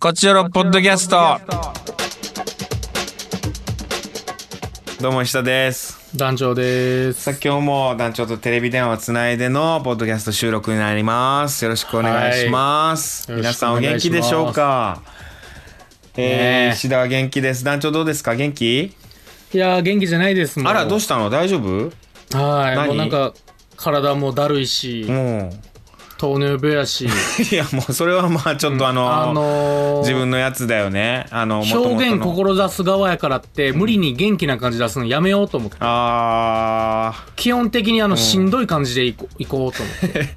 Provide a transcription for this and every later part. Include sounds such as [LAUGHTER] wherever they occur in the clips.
こちらのポッドキャスト。どうも石田です。団長です。さあ今日も団長とテレビ電話をつないでのポッドキャスト収録になります。よろしくお願いします。はい皆さんお元気でしょうか。えねー、え石田は元気です。団長どうですか元気？いやー元気じゃないですもん。あらどうしたの大丈夫？はい。何もうなんか体もだる [LAUGHS] いし、も糖尿病やし、ういやもうそれはまあちょっ [LAUGHS] とあの、あのー自分のやつだよね。あの元々の表現志す側やからって無理に元気な感じ出すのやめようと思って、あー基本的にあのしんどい感じでいこいこうと思 [LAUGHS] って。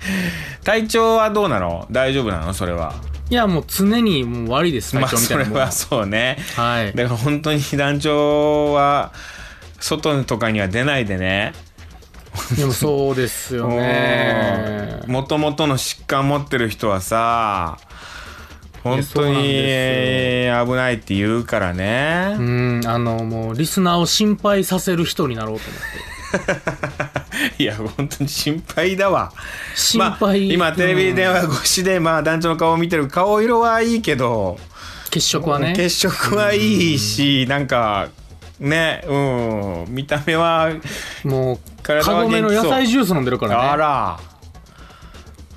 体調はどうなの大丈夫なのそれは。いやもう常にもう悪いですま体あそれ調みたいなもんはそうね。はい。だから本当に団長は外とかには出ないでね。でもそうですよね。もともとの疾患持ってる人はさ、本当にい危ないって言うからうね。ん、あのもうリスナーを心配させる人になろうと思って。いや本当に心配だわ。心配。まあ、今テレビ電うん話越しで、まあ、団長の顔を見てる顔色はいいけど、血色はね。血色はいいし、なんかねうん見た目はもう体カはゴメの野菜ジュース飲んでるからねあら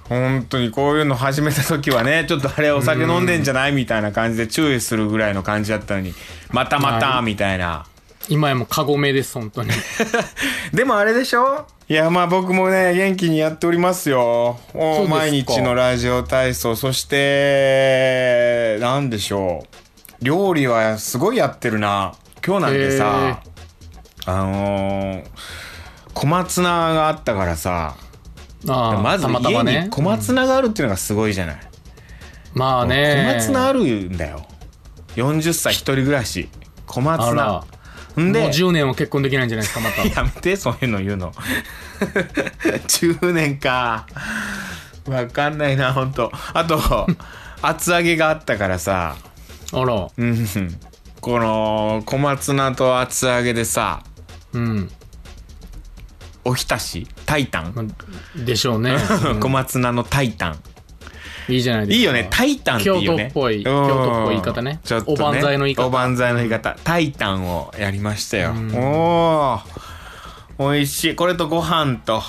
本当にこういうの始めた時はねちょ [LAUGHS] っとあれお酒飲んでんじゃないみたいな感じで注意するぐらいの感じだったのにまたまはたみたいな今やもうカゴメです本 [LAUGHS] 当にでもあれでしょいやまあ僕もね元気にやっておりますよおそうですか毎日のラジオ体操そして何でしょう料理はすごいやってるな今日なんてさ、あのー小松菜があったからさああまずたまた家まにね小松菜があるっていうのがすごいじゃない、まあね小松菜あるんだよ40歳一人暮らし小松あ菜らんもうで10年は結婚できないんじゃないですかまたやめてそういうの言うの [LAUGHS] 10年かわかんないなほんとあと厚揚げがあったからさあらうんこの小松菜と厚揚げでさうんおひたしタイタンまでしょ [LAUGHS] うね小松菜のタイタンいいじゃないですかいいよねタイタンっていうよね京都っぽいうん京都っぽい言い方ねちょっとねおばんざいの言い方おばんざいの言い方タイタンをやりましたようんおお美味しいこれとご飯と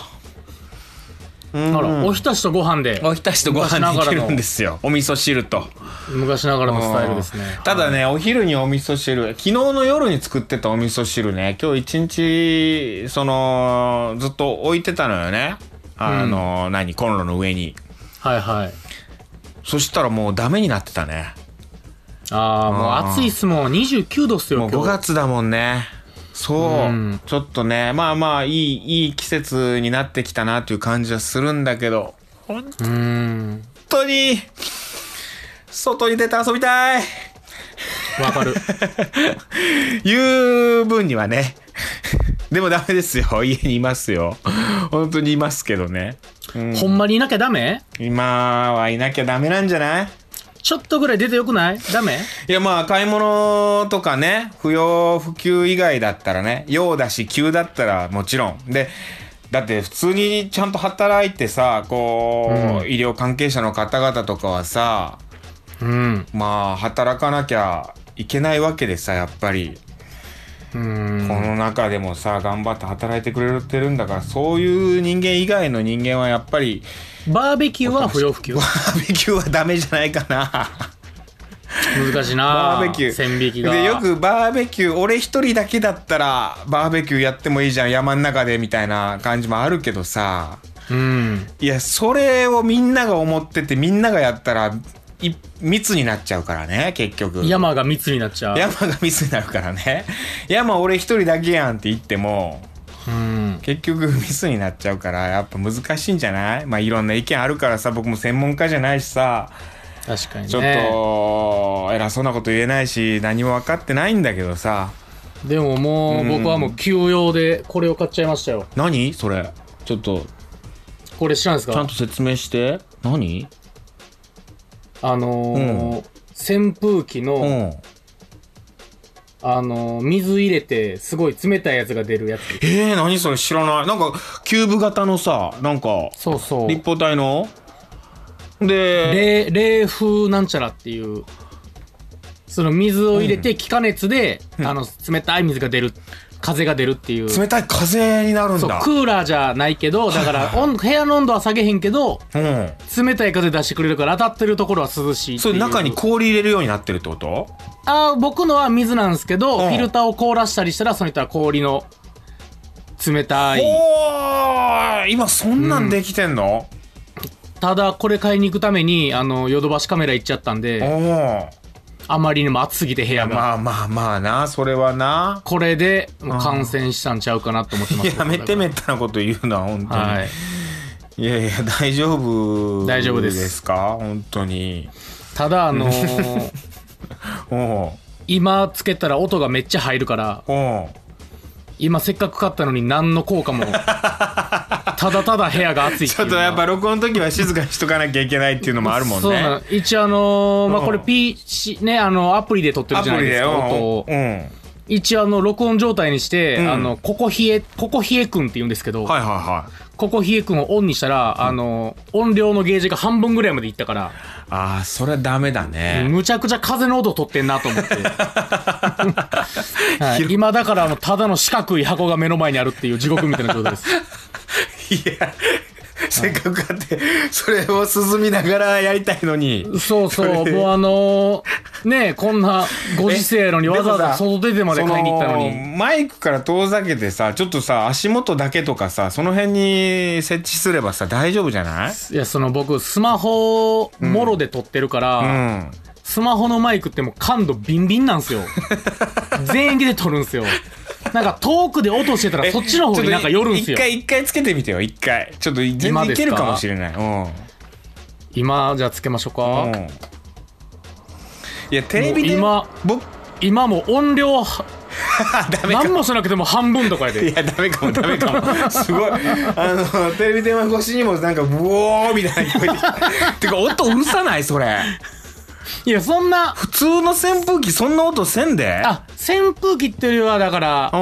うんあらおひたしとご飯でおひたしとご飯にいけるんですよお味噌汁と昔ながらのスタイルですねうんただねお昼にお味噌汁昨日の夜に作ってたお味噌汁ね今日一日そのずっと置いてたのよねあの、何コンロの上にはいはいそしたらもうダメになってたねああもあーう暑いっすもん29度っすよもう今5日月だもんねそう、うんちょっとねまあまあいいいい季節になってきたなっていう感じはするんだけど本うーん当に外に出て遊びたいわかる言う分にはね [LAUGHS] でもダメですよ家にいますよ本当にいますけどね、 [LAUGHS] うんほんまにいなきゃダメ今はいなきゃダメなんじゃないちょっとぐらい出てよくないダメいやまあ買い物とかね不要不急以外だったらね用だし急だったらもちろんでだって普通にちゃんと働いてさこう、うん医療関係者の方々とかはさうんまあ働かなきゃいけないわけでさやっぱり、うーんこの中でもさ頑張って働いてくれてるんだからそういう人間以外の人間はやっぱ [LAUGHS] りバーベキューは不要不急バーベキューはダメじゃないかな。難しいなバーベキュー線引きがでよくバーベキュー俺一人だけだったらバーベキューやってもいいじゃん山ん中でみたいな感じもあるけどさうんいやそれをみんなが思っててみんながやったらい密になっちゃうからね結局山が密になっちゃう山が密になるからね山俺一人だけやんって言ってもうん結局密になっちゃうからやっぱ難しいんじゃないまあいろんな意見あるからさ僕も専門家じゃないしさ確かにねちょっと偉そうなこと言えないし何も分かってないんだけどさでももう僕はもう休養でこれを買っちゃいましたよ何それちょっとこれ知らんですちゃんかと説明して何あのー扇風機の、うんあのー水入れてすごい冷たいやつが出るやつえー、何それ知らないなんかキューブ型のさなんかそうそう立方体ので冷冷風なんちゃらっていうその水を入れて気化熱で、あの冷たい水が出る風が出るっていう冷たい風になるんそうだクーラーじゃないけどだから温部屋の温度は下げへんけどうん冷たい風出してくれるから当たってるところは涼しいってそいうれ中に氷入れるようになってるってことあー僕のは水なんですけど、うんフィルターを凍らしたりしたらその人は氷の冷たいおー今そんなんできてんの、ただこれ買いに行くためにあのヨドバシカメラ行っちゃったんおでおあまりにも暑すぎて部屋が、まあまあまあなそれはなこれでもう感染したんちゃうかなと思ってますやめてめったなこと言うな本当に、はいい、やいや大丈夫大丈夫ですですか本当にただあ [LAUGHS] のーおお今つけたら音がめっちゃ入るからおお今せっかく買ったのに何の効 [LAUGHS] 果もただただ部屋が暑いてちいょうっのとはやっぱ録音の時は静かにしとかなきゃいけないっていうのもあるもんそうなねの一応あのーまあうんこれ P しねあのアプリで撮ってるアじプゃないリでですよかう音んをうん一応あの録音状態にして、んあのここ冷えここ冷えくんって言うんですけど、はいはいはいここ冷えくんをオンにしたら、あの音量のゲージが半分ぐらいまでいったから、ああそれはダメだね、むちゃくちゃ風の音取ってんなと [LAUGHS] 思って、はい広今だからあのただの四角い箱が目の前にあるっていう地獄みたいな状態です [LAUGHS] いやせっかく買ってそれを涼みながらやりたいのにそうそうもうあのーねえこんなご時世やのにわざわざ外出てまで買いに行ったのそにマイクから遠ざけてさちょっとさ足元だけとかさその辺に設置すればさ大丈夫じゃないいやその僕スマホをもろで撮ってるから、うんスマホのマイクってもう感度ビンビンな [LAUGHS] んですよ全域で撮るんですよなんか遠くで音してたらそっちの方になんか寄るんですよちょっと一回一回つけてみてよ一回ちょっと全今然でいけすかるかもしれないうん今じゃあつけましょうか、うんいやテレビでもう今僕今もう音量は [LAUGHS] ダメか何もしなくても半分とかや [LAUGHS] いでやダメかもダメかもすごいあのテレビ電話越しにもなんかブオーみたい [LAUGHS] な声でてか音うるさないそれいやそんな普通の扇風機そんな音せんであ扇風機っていうよりはだからう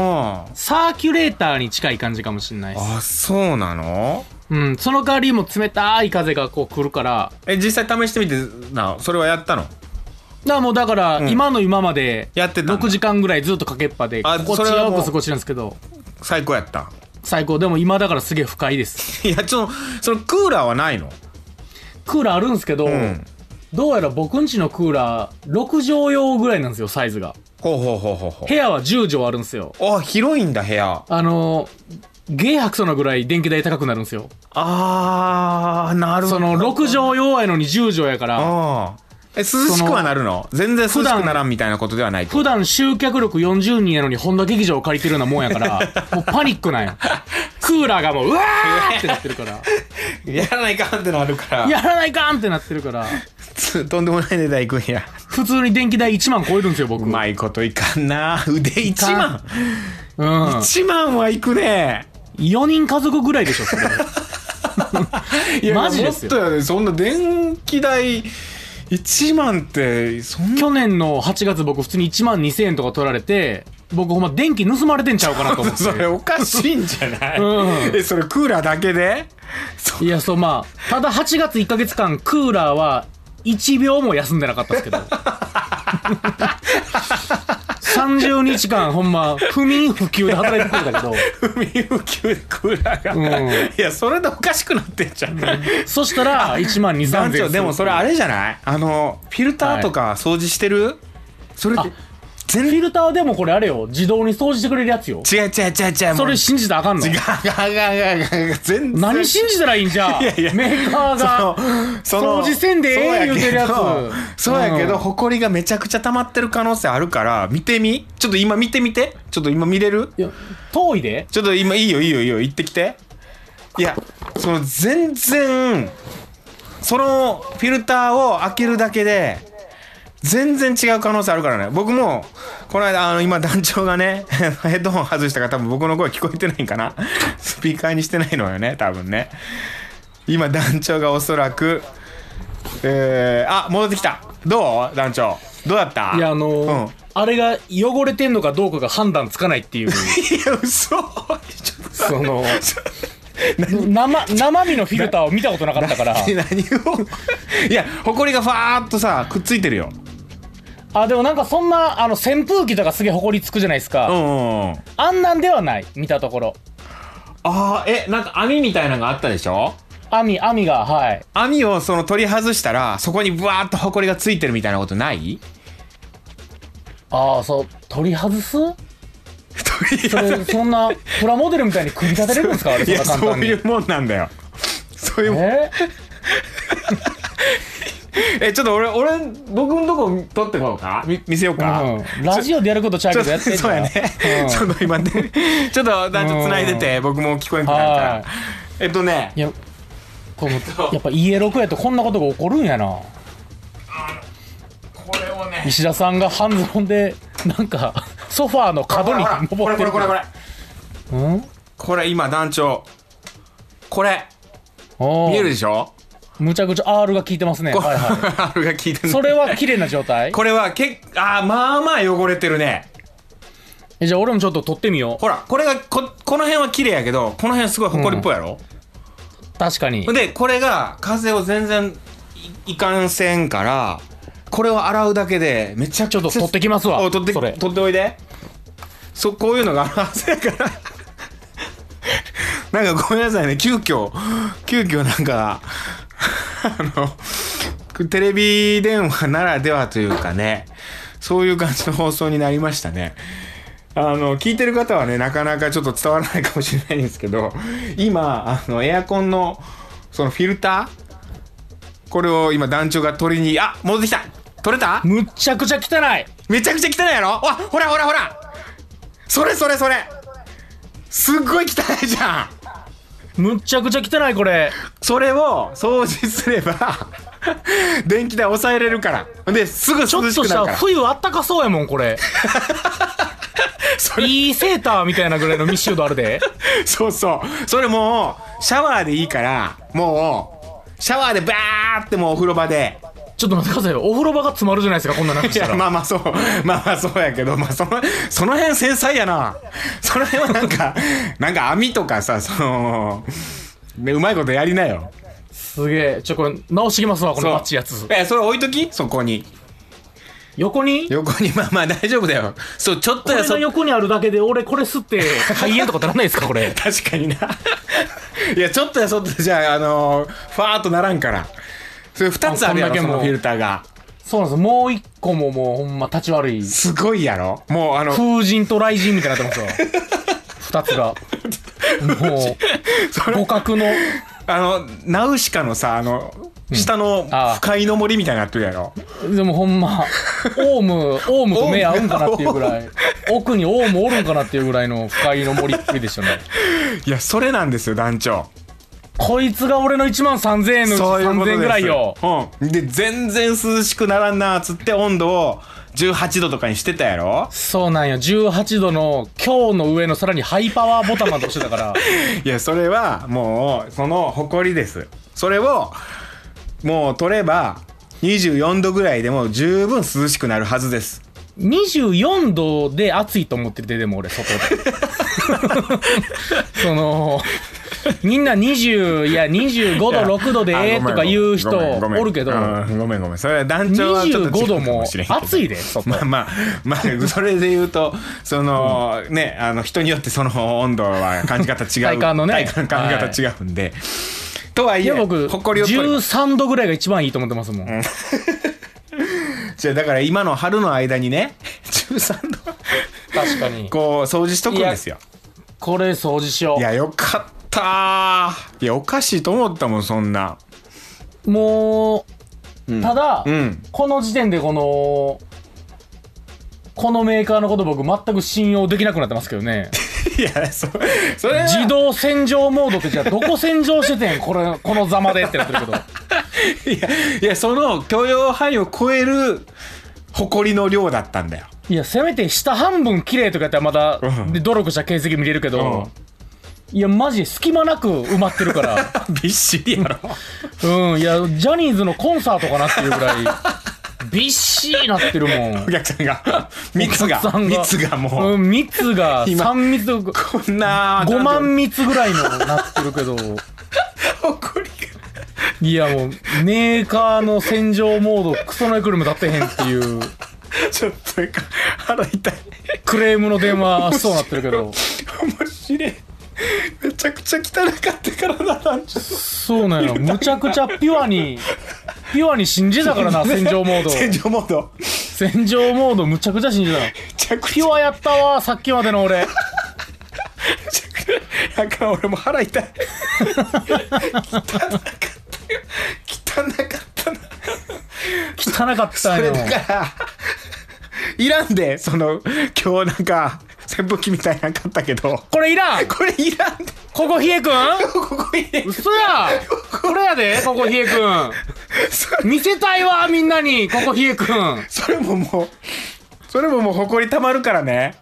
んサーキュレーターに近い感じかもしれないですあそうなのうんその代わりも冷たい風がこう来るからえ実際試してみてなそれはやったのだからもうだからん今の今までやってたんだ6時間ぐらいずっとかけっぱであ心地それはよもうく過ごしてるんですけど最高やった [LAUGHS] 最高でも今だからすげえ不快ですいやちょそのクーラーはないのクーラーあるんですけど、んどうやら僕んちのクーラー6畳用ぐらいなんですよサイズがほうほうほうほうほ部屋は10畳あるんですようあ広いんだ部屋あのゲー吐きそうなぐらい電気代高くなるんですよあーなるほそどの6畳用やのに10畳やからあーえ涼しくはなるの全然涼しくならんみたいなことではない普段集客力40人やのに本田劇場を借りてるようなもんやから [LAUGHS] もうパニックなんやクーラーがもううわーってなって [LAUGHS] るからやらないかんってのあるからやらないかんってなってるからつとんでもない値段いくんや普通に電気代1万超えるんですよ僕うまいこといかんな腕1万うん1万はいくね4人家族ぐらいでし [LAUGHS] ょそれいやマジですよもっとやでそんな電気代1万ってそんな去年の8月僕普通に1万2000円とか取られて僕ほんま電気盗まれてんちゃうかなと思っ [LAUGHS] それておかしいんじゃない、うんえそれクーラーだけで [LAUGHS] そいやそうまあただ8月1ヶ月間クーラーは1秒も休んでなかったで [LAUGHS] すけど30日間ほんま不眠不休で働いてくれたけど不眠不休でクーラーが、うんいやそれでおかしくなってんじゃん、そしたら1万2000団円す長るでもそれあれじゃないあのフィルターとか掃除してる、それって全フィ然ルターでもこれあれよ自動に掃除してくれるやつよ違う違う違う違うそもうれ信じたらあかんの違う違う違う違う全然何信じたらいいんじゃいやいやメーカーがその掃除せんでええ言うてるやつそうやけどそうやけど、うん埃がめちゃくちゃ溜まってる可能性あるから見てみちょっと今見てみてちょっと今見れるいや遠いでちょっと今いいよいいよいいよ行ってきていやその全然そのフィルターを開けるだけで全然違う可能性あるからね僕もこの間あの今団長がね [LAUGHS] ヘッドホン外したから多分僕の声聞こえてないんかなスピーカーにしてないのよね多分ね今団長がおそらくえー、あ戻ってきたどう団長どうだったいやあのーうんあれが汚れてんのかどうかが判断つかないっていういや嘘ちょっと [LAUGHS] その [LAUGHS] 生生身のフィルターを見たこ [LAUGHS] となかったから何をいや埃がファーっとさくっついてるよあでもなんかそんなあの扇風機とかすげえ埃つくじゃないですか、うん、うん、あんなんではない見たところああえなんか網みたいなのがあったでしょ網網がはい網をその取り外したらそこにブワーっと埃がついてるみたいなことないああそう取り外す取り [LAUGHS] それそんなプラモデルみたいに組み立てれるんですかあれいそんやな簡そう単にいうもんなんだよそういうもんええちょっと俺俺僕のとこ取ってこようかみ見せようか、うん、ラジオでやることちゃうちょっけどとやってんじそうゃやんね、ちょっと今ねちょっと団長つないでて僕も聞こえんくなるからはいえっとねいやこれもやっぱ E6 やとこんなことが起こるんやなこれをね石田さんが半ズボンでなんかソファーの角にこ登れってこるれこれこれうんこれ今団長これおー見えるでしょむちゃくちゃ R が効いてますねはいは [LAUGHS] R が効いているそれは綺麗な状態これはけあーまあまあ汚れてるねえじゃあ俺もちょっと取ってみよほらこれがここの辺は綺麗やけどこの辺すごい埃っぽいやろ、う確かにでこれが風を全然いいかんせんからこれを洗うだけでめちゃくちちょゃっと取ってきますわお取ってそれ取っておいでそこういうのがあるはずやから [LAUGHS] なんかごめんなさいね急遽急遽なんかあのテレビ電話ならではというかねそういう感じの放送になりましたねあの聞いてる方はねなかなかちょっと伝わらないかもしれないんですけど今あのエアコンのそのフィルターこれを今団長が取りにあ戻ってきた取れたむっちゃくちゃ汚いめちゃくちゃ汚いやろわほらほらほらそれそれそれすっごい汚いじゃんむっちゃくちゃ汚いこれそれを掃除すれば [LAUGHS] 電気代抑えれるからですぐ涼ちょっしとくしなるたから冬あったかそうやもんこれ [LAUGHS] それいいセーターみたいなぐらいの密集度あるで [LAUGHS] そうそうそれもうシャワーでいいからもうシャワーでバーってもうお風呂場でちょっと待ってくださいよお風呂場が詰まるじゃないですかこんな中いしたやらまあまあそうまあまあそうやけどまあそのその辺繊細やな [LAUGHS] その辺はなんかなんか網とかさその、ね、うまいことやりなよすげえちょこれ直してきますわこのマッチやつえそれ置いときそこに横に横にまあまあ大丈夫だよそうちょっとこやれその横にあるだけで俺これ [LAUGHS] 吸って肺炎とかならないですかこれ確かにな [LAUGHS] いやちょっとやそっとじゃああのー、ファーっとならんからそれ2つあるやろあこんだけそもうのフィルターがそうなんですもう一個ももうほんま立ち悪いすごいやろもうあの風神と雷神みたいになってます [LAUGHS] わ二つがもそうれ互角のあのナウシカのさあの下のああ不快の森みたいになってるやろ、でもほんまオウム [LAUGHS] オウムと目合うんかなっていうぐらい奥にオウムおるんかなっていうぐらいの不快の森っぷりで [LAUGHS] したねいやそれなんですよ団長こいつが俺の1万3000円のうちそういうこと3000で円すぐらいようん、で全然涼しくならんなっつって温度を18度とかにしてたやろそうなんよ18度の強の上のさらにハイパワーボタンまで押してたからいやそれはもうその誇りですそれをもう取れば24度ぐらいでも十分涼しくなるはずです24度で暑いと思っててでも俺外で [LAUGHS] そのみんな20いや25度6度でええとか言う人ごめんおるけどごめんごめんうんごめんごめんそれは団長はちょっと違う25か度もしれんけど暑いで外まあまあまあそれで言うとその、ねあの人によってその温度は感じ方違う [LAUGHS] 体感のね体感感じ方違うんで、とはいいえや僕誇りを取り13度ぐらいが一番いいと思ってますもん、じゃあだから今の春の間にね13度確かに [LAUGHS] こう掃除しとくんですよこれ掃除しよいや、よかったー。いや、おかしいと思ったもん、そんな。うもう、ただ、うん。この時点でこのこのメーカーのこと僕全く信用できなくなってますけどねいや、そそれは自動洗浄モードってじゃあどこ洗浄しててん [LAUGHS] これこのざまでってなってるけどいや、いや、その許容範囲を超える、誇りの量だったんだよ。 [LAUGHS] いやせめて下半分綺麗とかやったらまだ、うんで努力した形跡見れるけど、いやマジ隙間なく埋まってるから [LAUGHS] びっしりやろ。うんいやジャニーズのコンサートかなっていうぐらいびっしりなってるも [LAUGHS] んお客さんが、密がお客さ、ん密がもう、ん蜜 [LAUGHS] が今3密とかこんな、 5万密ぐらいのなってるけ [LAUGHS] ど誇りが。いやもうメーカーの洗浄モードクソのエクルム立ってへんっていうちょっとなんか腹痛いクレームの [LAUGHS] 電話そうなってるけど面白いめちゃくちゃ汚かったからななんちゃそうなんやむちゃくちゃピュアにピュアに信じたか [LAUGHS] らな戦場モード洗浄モード戦場モードむちゃくちゃ信じためちゃくピちゃュアやったわさっきまでの俺なんか俺も腹痛い汚かったよ汚かったな汚かっそたんれよだからいらんでその今日なんか扇風機みたいなんかあったけどこれいらんここれいらんでこひえくんここ入れ嘘やこれやでここひえくそん見せたいわみんなにここひえくんあそれももうそれももう埃たまるからね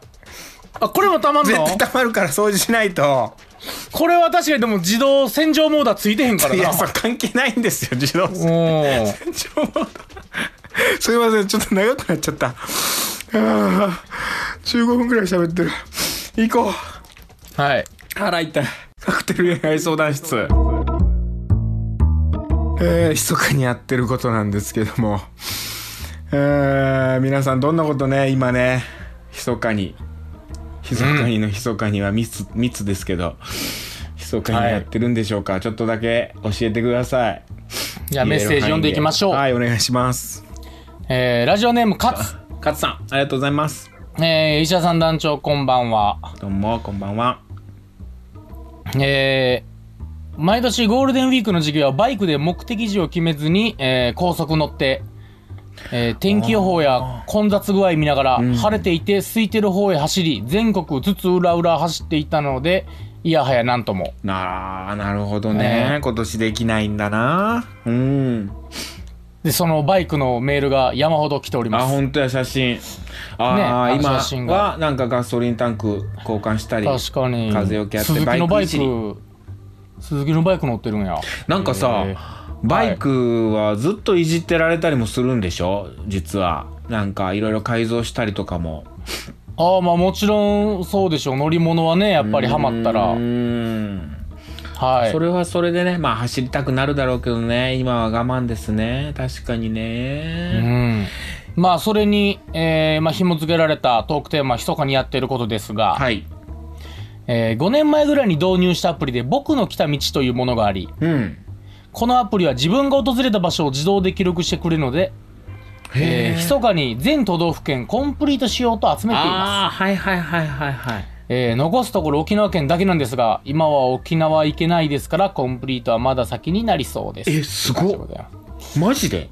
これもたまん絶の対たまるから掃除しないとこれは確かにでも自動洗浄モードはついてへんからいなやそう関係ないんですよ自動洗おー浄モードすいませんちょっと長くなっちゃったあー15分ぐらい喋ってる行こうはい腹痛いカクテル恋愛相談室えー、密かにやってることなんですけども、えー、皆さんどんなことね今ね密かに密かにの密かには密,、密ですけど密かにやってるんでしょうか、ちょっとだけ教えてくださいじゃあメッセージ読んでいきましょう、はいお願いしますえー、ラジオネーム勝勝さんありがとうございますえー、医者さん団長こんばんはどうもこんばんはえー毎年ゴールデンウィークの時期はバイクで目的地を決めずに、えー高速乗って、えー天気予報や混雑具合見ながら晴れていて空いてる方へ走り全国津々浦々走っていたのでいやはやなんともなあなるほどねね今年できないんだなうんでそのバイクのメールが山ほど来ておりあます本当や写真あねあ、あの今写真がはなんかガソリンタンク交換したり確かに風よけあって鈴木のババイイクいじりク鈴木のバイク乗ってるんやなんかさへえバイクはずっといじってられたりもするんでしょ実はなんかいろいろ改造したりとかもああまあもちろんそうでしょう乗り物はねやっぱりハマったらうーんはいそれはそれでねまあ走りたくなるだろうけどね今は我慢ですね確かにねまあそれに、えーまあ、紐付けられたトークテーマ密かにやっていることですが、はいえ5年前ぐらいに導入したアプリで「僕の来た道」というものがありうんこのアプリは自分が訪れた場所を自動で記録してくれるので、えー、密かに全都道府県コンプリートしようと集めています、ああーはいはいはいはいはいえー残すところ沖縄県だけなんですが今は沖縄行けないですからコンプリートはまだ先になりそうですえすごっマジで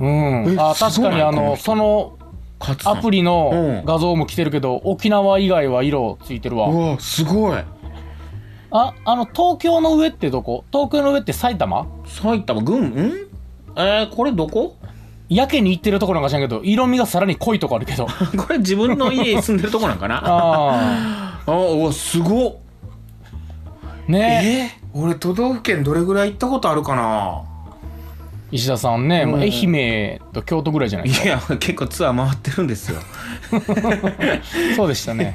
うんえあす確ごかないにあこのの人その勝さんアプリリのうん画像も来てるけど、沖縄以外は色ついてるうわ。わすごいあ、あの、東京の上ってどこ東京の上って埼玉埼玉群んえー、これどこ [LAUGHS] やけに行ってるところなんか知らんけど、色味がさらに濃いとこあ [LAUGHS] るけど。これ自分の家に住んでるとこなんかなあああおすごっあ。ねえー、俺都道府県どれぐらい行ったことあるかなえ。石田さんね、もううん愛媛と京都ぐらいじゃないいや結構ツアー回ってるんですよ [LAUGHS] そうでしたね。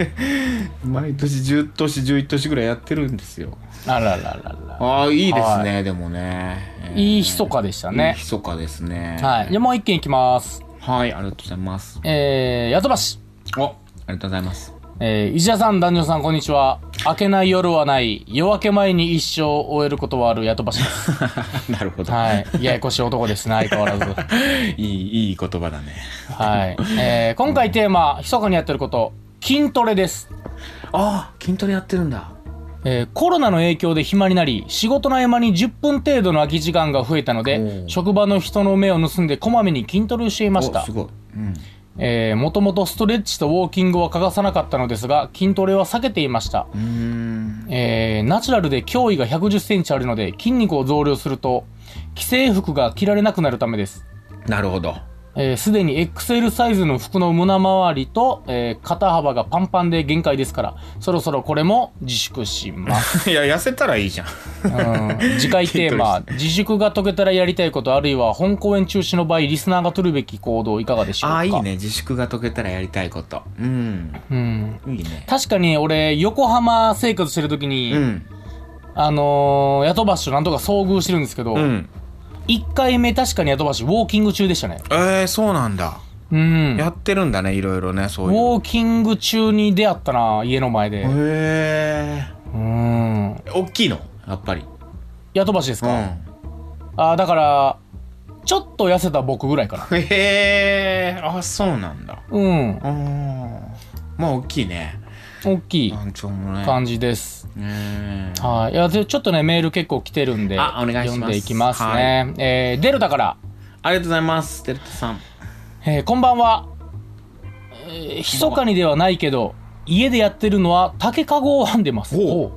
毎年10都市11都市ぐらいやってるんですよあらららら。ああいいですね、でもね、えーいい密かでしたいいね。密かですねはい。じゃあもう一件いきます。はいありがとうございますえー、八つ橋。おありがとうございます [LAUGHS] えー、石田さん、男女さん、こんにちは。明けない夜はない、夜明け前に一生終えることはある八つ橋です。なるほど、はい。ややこしい男ですね、相変 [LAUGHS] わらず。い、いいいい言葉だねはい。えー、今回テーマ、密かにやってること、筋トレです。ああ筋トレやってるんだえーコロナの影響で暇になり、仕事の合間に10分程度の空き時間が増えたのでお、う職場の人の目を盗んでこまめに筋トレをしていまおしたす。ごい、うん、えー、もともとストレッチとウォーキングは欠かさなかったのですが、筋トレは避けていました。うーんえーナチュラルで脅威が110センチあるので、筋肉を増量すると、既製服が着られなくなるためです。なるほどえーすでに XL サイズの服の胸周りと、えー肩幅がパンパンで限界ですから、そろそろこれも自粛しま [LAUGHS] [LAUGHS] す。いや痩せたらいいじゃんうん次回テーマ、自粛が解けたらやりたいこと、あるいは本公演中止の場合、リスナーが取るべき行動いかがでしょうか。ああいいね自粛が解けたらやりたいことうんうん。いいね確かに俺、横浜生活してる時に、うんあのー、ヤトバシとなんとか遭遇してるんですけど、うん1回目確かにヤトバシウォーキング中でしたね。えー、そうなんだうん。やってるんだねいろいろねそウういうォーキング中に出会ったな、家の前で。へうん。え大きいのやっぱりヤトバシですうか、ああ、だから、ちょっと痩せた僕ぐらいかな。んへえあそうなんだうん。うんまあ大きいね大きい団長もね感じです。ねえはい。いや、でちょっとね、メール結構来てるんで、あお願いします読んでいきますね。えーデルタから、ありがとうございますデルタさんえーこんばんは。えー、密かにではないけど、家でやってるのは竹かごを編んでます。おう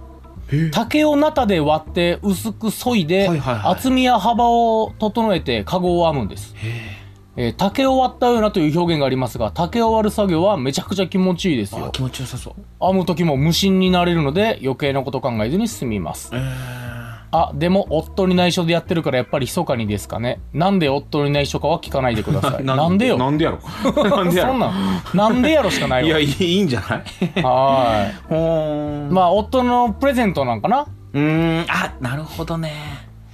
へえ竹をナタで割って薄く削いで、はいはいはい厚みや幅を整えてかごを編むんです。えー竹を割ったようなという表現がありますが、竹を割る作業はめちゃくちゃ気持ちいいですあよ。気持ちよさそう編む時も無心になれるので、余計なこと考えずに済みます。えあ、でも夫に内緒でやってるからやっぱり密かにですかね。なんで夫に内緒かは聞かないでください。なんで [LAUGHS] よ。なんでやろ [LAUGHS] なんでやそんろなん、なんでやろしかな [LAUGHS] いいや。わいいいいんじゃないはほーい。まあ、夫のプレゼントなんかな。うーんあなるほどね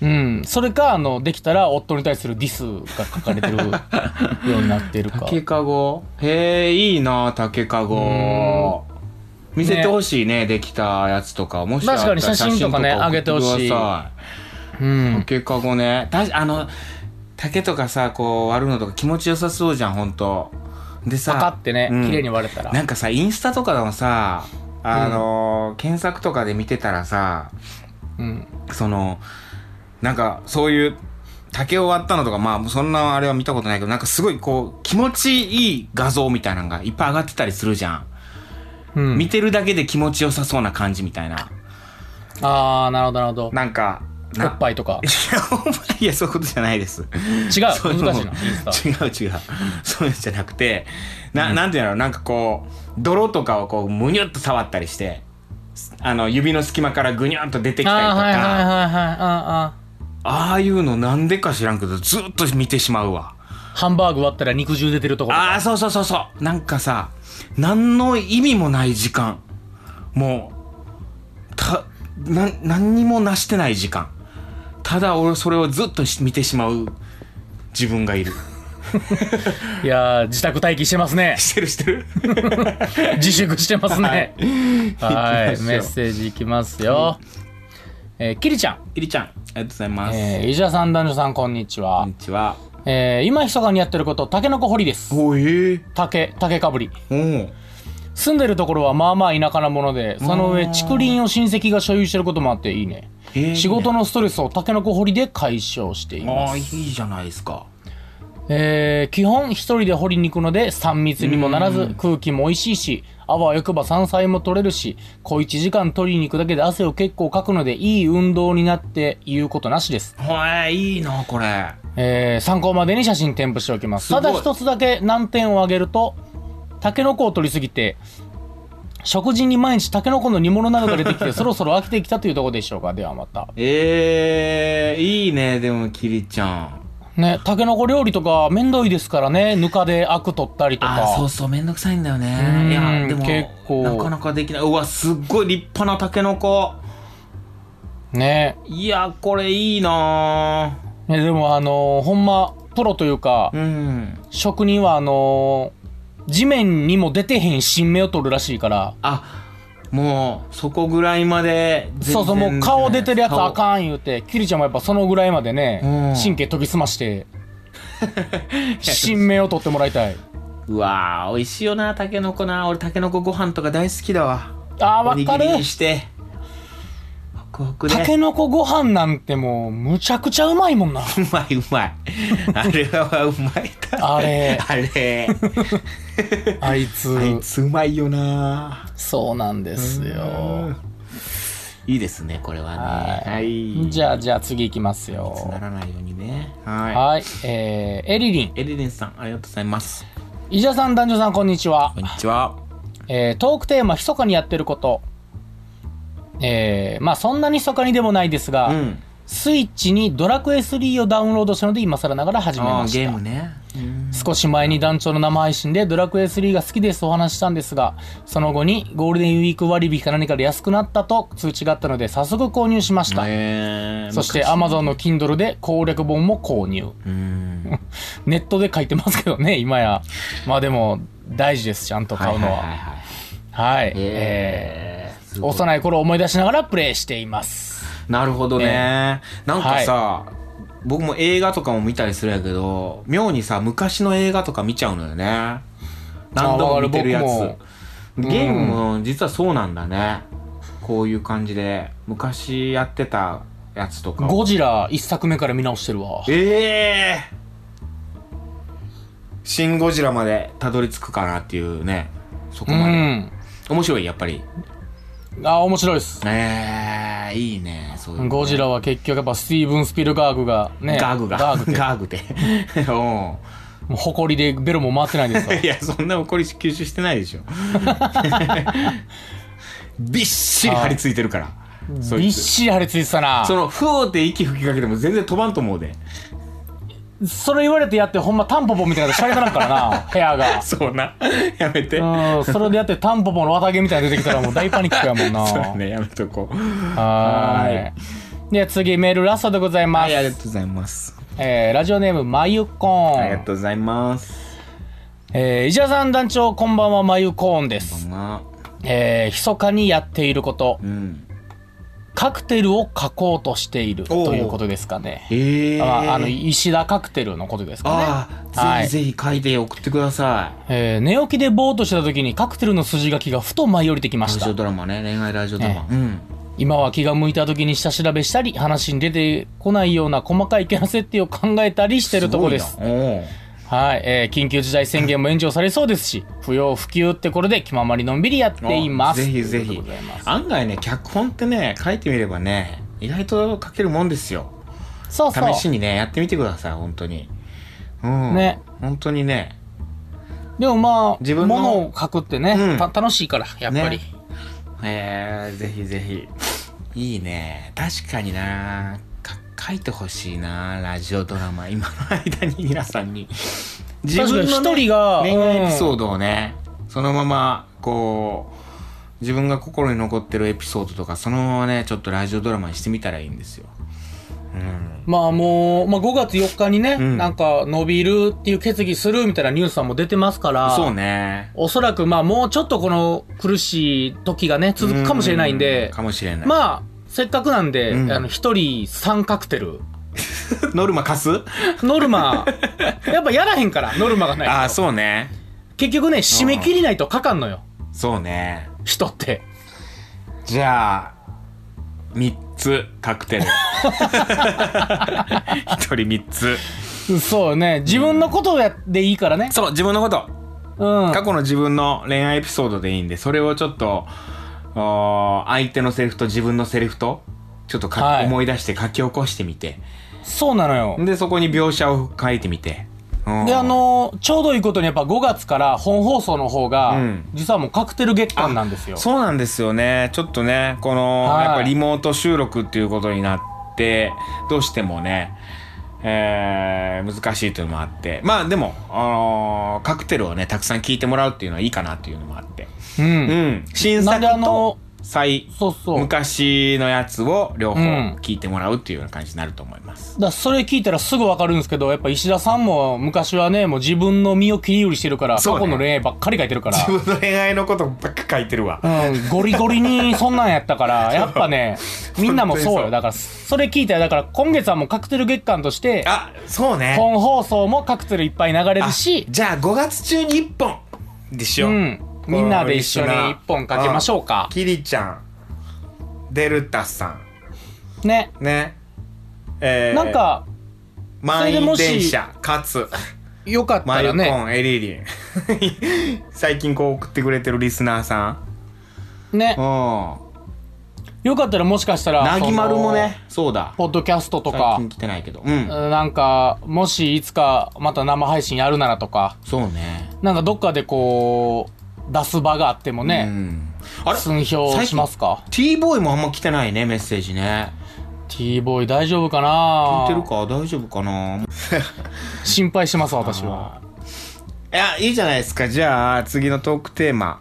うん。それか、あの、できたら夫に対するディスが書かれてるようになってるか。竹かごへえいいな竹かご見せてほしいねできたやつとかもしあったら確かに写真とかね写真送ってあげてほしいくださうん。竹かごねたしあの竹とかさこう割るのとか気持ちよさそうじゃんほんとでさパカってね、うん綺麗に割れたら。なんかさインスタとかのさあのー検索とかで見てたらさうん。そのなんかそういう竹を割ったのとかまあそんなあれは見たことないけどなんかすごいこう気持ちいい画像みたいなのがいっぱい上がってたりするじゃん、うん見てるだけで気持ちよさそうな感じみたいなあー、なるほど、なるほど。なんかおなっぱいとか。いやお前 [LAUGHS] いやそういうことじゃないです違う。難し [LAUGHS] そういな、インスタ。違う違うそういうんじゃなくてな,、ん、なんていうのなんかこう泥とかをこうむにゅっと触ったりしてあの指の隙間からぐにゅっと出てきたりとあかー、はいはいはいはい。あーあああいうのなんでか知らんけどずっと見てしまうわー。ハンバーグ割ったら肉汁出てるところ。ああそうそうそうそうなんかさ何の意味もない時間もうたな何にもなしてない時間ただ俺それをずっとし見てしまう自分がいるいやー、自宅待機してます [LAUGHS] ね。してるしてる自粛してますね。はい、行きましょうメッセージいきますよ。えー、キリちゃん、いりちゃんありがとうございます、えー、石田さん、男女さん、こんにちこはんに。ちはえー、今、密かにやってること、タケノコ掘りです。おえ竹、竹かぶり。おお住んでるところはまあまあ田舎なもので、その上、竹林を親戚が所有してることもあっていいね。へー仕事のストレスをタケノコ掘りで解消していまあす。あいいじゃないですかえー、基本一人で掘りに行くので3密にもならず空気も美味しいしあわよくば山菜も取れるし小1時間取りに行くだけで汗を結構かくのでいい運動になって言うことなしです、はいいいなこれえー、参考までに写真添付しておきますすごたいだ一つだけ難点を挙げるとタケノコを取りすぎて食事に毎日タケノコの煮物などが出て [LAUGHS] きてそろそろ飽きてきたというところでしょうかではまたええいいねでもきりちゃんねタケノコ料理とか面倒いですからねぬかでアク取ったりとかあーそうそうめんどくさいんだようんねいやでも結構なかなかできないうわすっごい立派なタケノコねいやこれいいなね、でもあのーほんまプロというか、ーうん職人はあのー地面にも出てへん新芽を取るらしいからあもうそこぐらいまで全然そうそうもう顔出てるやつあんかん言うてキリちゃんもやっぱそのぐらいまでね、うん神経研ぎ澄まして [LAUGHS] 新芽を取ってもらいたいうわー美味しいよなタケノコな俺タケノコご飯とか大好きだわあーおわにかぎるりにしてホクホクでたけのこご飯なんてもうむちゃくちゃうま [LAUGHS] いもんなうまいうまいあれはうまいだあれあれあいつあいつうまいよなそうなんですよいいですねこれはねはいじゃあじゃあ次いきますよつならないようにねははいえー、エリリンいエリリンさんありがとうございます伊者さん男女さんこんにちはこんにちはえートークテーマ、密かにやってること。えーまあそんなに密かにでもないですが、うんスイッチにドラクエ3をダウンロードしたので今更ながら始めあまあした。ゲームね少し前に団長の生配信でドラクエ3が好きですとお話ししたんですが、その後にゴールデンウィーク割引か何かで安くなったと通知があったので早速購入しました。えーそして、Amazon の Kindle で攻略本も購入。うんネットで書いてますけどね、今や。まあでも、大事です、ちゃんと買うのは。はいいはいえーすごい幼い頃を思い出しながらプレイしています。なるほどね、なんかさ、僕も映画とかも見たりするやけど妙にさ昔の映画とか見ちゃうのよね何度も見てるやわかるつもゲームも実はそうなんだね、こういう感じで昔やってたやつとかをゴジラ一作目から見直してるわ。ええー、シン・ゴジラまでたどり着くかなっていうねそうこまで、ん。面白いやっぱりあ、面白いです。ええいいねそういうのゴジラは結局やっぱスティーブン・スピルガーグがね、ガグが。ガーグって [LAUGHS] ガグで。うんもう誇りでベロも回ってないんですよ。いや、 [LAUGHS] そんな怒り吸収してないでしょ。びっしり張り付いてるから。そびいっつ。しり張り付いてたな。そその、ふおって息吹きかけても全然飛ばんと思うで。れ言われてやってほんまタンポポみたいなのしゃれならんからな、 [LAUGHS] 部屋が。そうな。やめて。うん、それでやってタンポポの綿毛みたいなの出てきたらもう大パニックやもんな。 [LAUGHS] そうだね、やめとこう。はーい。では次メールラストでございます。はい、ありがとうございます。えーラジオネームまゆこありがーン。とうございます。えー、石田さん団長こんばんはまゆこーんでこす。んばんはえー、密かにやっていることう、ん。カクテルを書こうとしているおうということですかね。ええー。ああの石田カクテルのことですかね。ああはいぜひぜひ書いて送ってください。えー寝起きでぼーっとしてた時にカクテルの筋書きがふと舞い降りてきまラしジオたドラマね、恋愛ラジオドラマ。うん。今は気が向いた時に下調べしたり話に出てこないような細かいキャラ設定を考えたりしてるとこですごいなおうはい、えー緊急事態宣言も延長されそうですし不要不急ってこれで気ままにのんびりやっていますぜひぜひということでございます案外ね脚本ってね書いてみればね意外と書けるもんですよそうそう試しにねやってみてください本当にうんね本当にねでもまあ自分の物を書くってね、うんた楽しいからやっぱり、ねえー、ぜひぜひいいね確かになか書いてほしいなラジオドラマ今の間に皆さんに自確かに一人が恋愛エピソうんードをね、そのままこう自分が心に残ってるエピソードとかそのままねちょっとラジオドラマにしてみたらいいんですようんまあもう、まあ、5月4日にね、うんなんか伸びるっていう決議するみたいなニュースさんも出てますからそうねおそらくまあもうちょっとこの苦しい時がね続くかもしれないんうでかもしれない、ま、まあせっかくなんで、うんあの一人3カクテルノルマ貸すノル [LAUGHS] マやっぱやらへんからノルマがないああそうね結局ね締め切りないとかかんのよそうね人ってじゃあ3つカ [LAUGHS] クテル一人3つそうよね自分のことやでいいからねそう自分のことうん過去の自分の恋愛エピソードでいいんでそれをちょっとおー相手のセリフと自分のセリフとちょっとか、はい思い出して書き起こしてみてそうなのよでそこに描写を書いてみてうんであのーちょうどいいことにやっぱ5月から本放送の方が、うん実はもうカクテル月間なんですよそうなんですよねちょっとねこの、はいやっぱリモート収録っていうことになってどうしてもねえー難しいというのもあってまあでも、あのーカクテルをねたくさん聞いてもらうっていうのはいいかなっていうのもあって、ううんん、新なん作であとの再そうそうだか昔のやつを両方うん聞いてもらうっていうような感じになると思います、らそれ聞いたらすぐ分かるんですけどやっぱ石田さんも昔はねもう自分の身を切り売りしてるから、そう過ね去の恋愛ばっかり書いてるから自分の恋愛のことばっか書いてるわうん、ゴリゴリにそんなんやっ [LAUGHS] たから、やっぱね、みんなもそ本う当にそうよ。だから、それ聞いたら、だから今月はもうカクテル月間として、あそうね本放送もカクテルいっぱい流れるしあ、じゃあ5月中に1本でしう、ようんみんなで一緒に一本かけましょうか。キリちゃんデルタさね。んねえー、なんか、満それで員もし電車かつよかったマユよコね。ンエリリン [LAUGHS] 最近こう送ってくれてるリスナーさんね。うよかったらもしかしたら、んなぎまるもねそそうだの、ポッドキャストと最か近、来てないけどうんなんか、もしいつかまた生配信やるならとか、そうねなんかどっかでこう、出す場があってもうね、んあれ寸評しますか。 T ボーイもあんま来てないねメッセージね T T ボーイ大丈夫か聞ないてるか大丈夫かな心配してます私はいやいいじゃないですかじゃあ次のトークテーマ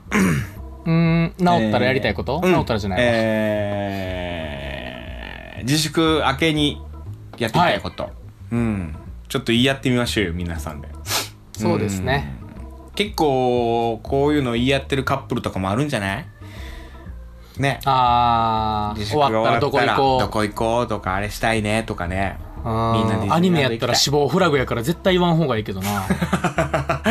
うーん治ったらやりたいこと、うん治ったらじゃない、えー自粛明けにやっていきたいこと、うんちょっと言い合ってみましょうよ皆さんでそうですね結構こういうの言い合ってるカップルとかもあるんじゃないねあー自終粛がわったらどこ行こうどこ行こうとかあれしたいねとかねみんなでアニメやったら死亡フラグやから絶対言わん方がいいけどな [LAUGHS]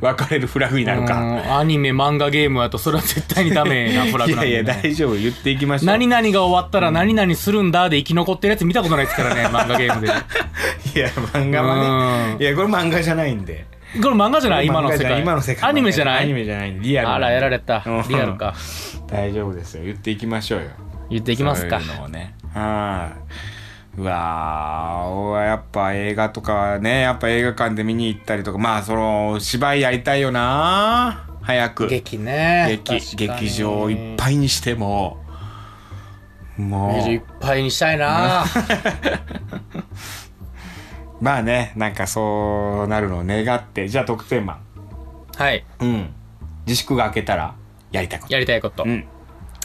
別れるフラグになるうかんアニメ漫画ゲームやとそれは絶対にダメなフ [LAUGHS] ラいグなんやで、いね、や大丈夫言っていきましょう何々が終わったら何々するんだで生き残ってるやつ見たことないですか [LAUGHS] らね漫画ゲームでこいや漫画はねうんいやこれ漫画じゃないんでれ漫画じゃない今の世漫画じゃな界い今の世界アニメじゃないアニメじゃないんでリアルなんあでらやられたうんリアルか大丈夫ですよ言っていきましょうよ言っていきますかそういうのをねはい。うわーやっぱ映画とかねやっぱ映画館で見に行ったりとかまあその芝居やりたいよな早く劇ね劇劇場いっいぱいにしてももいっぱいにしたいなうまあねなんかそうなるのを願ってじゃあ特テーマはいうん自粛が明けたらやりたいことやりたいことうん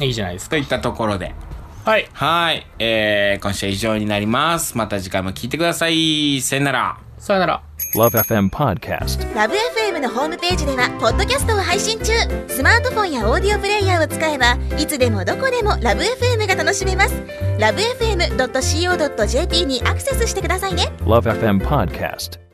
いいじゃないですとかいったところではいはい、えー、今週は以上になりますまた次回も聞いてくださいさよならさよなら Love FM Podcast. ラブ f m のホームページではポッドキャストを配信中スマートフォンやオーディオプレイヤーを使えばいつでもどこでもラブ f m が楽しめますラブ FM.co.jp にアクセスしてくださいね Love FM Podcast.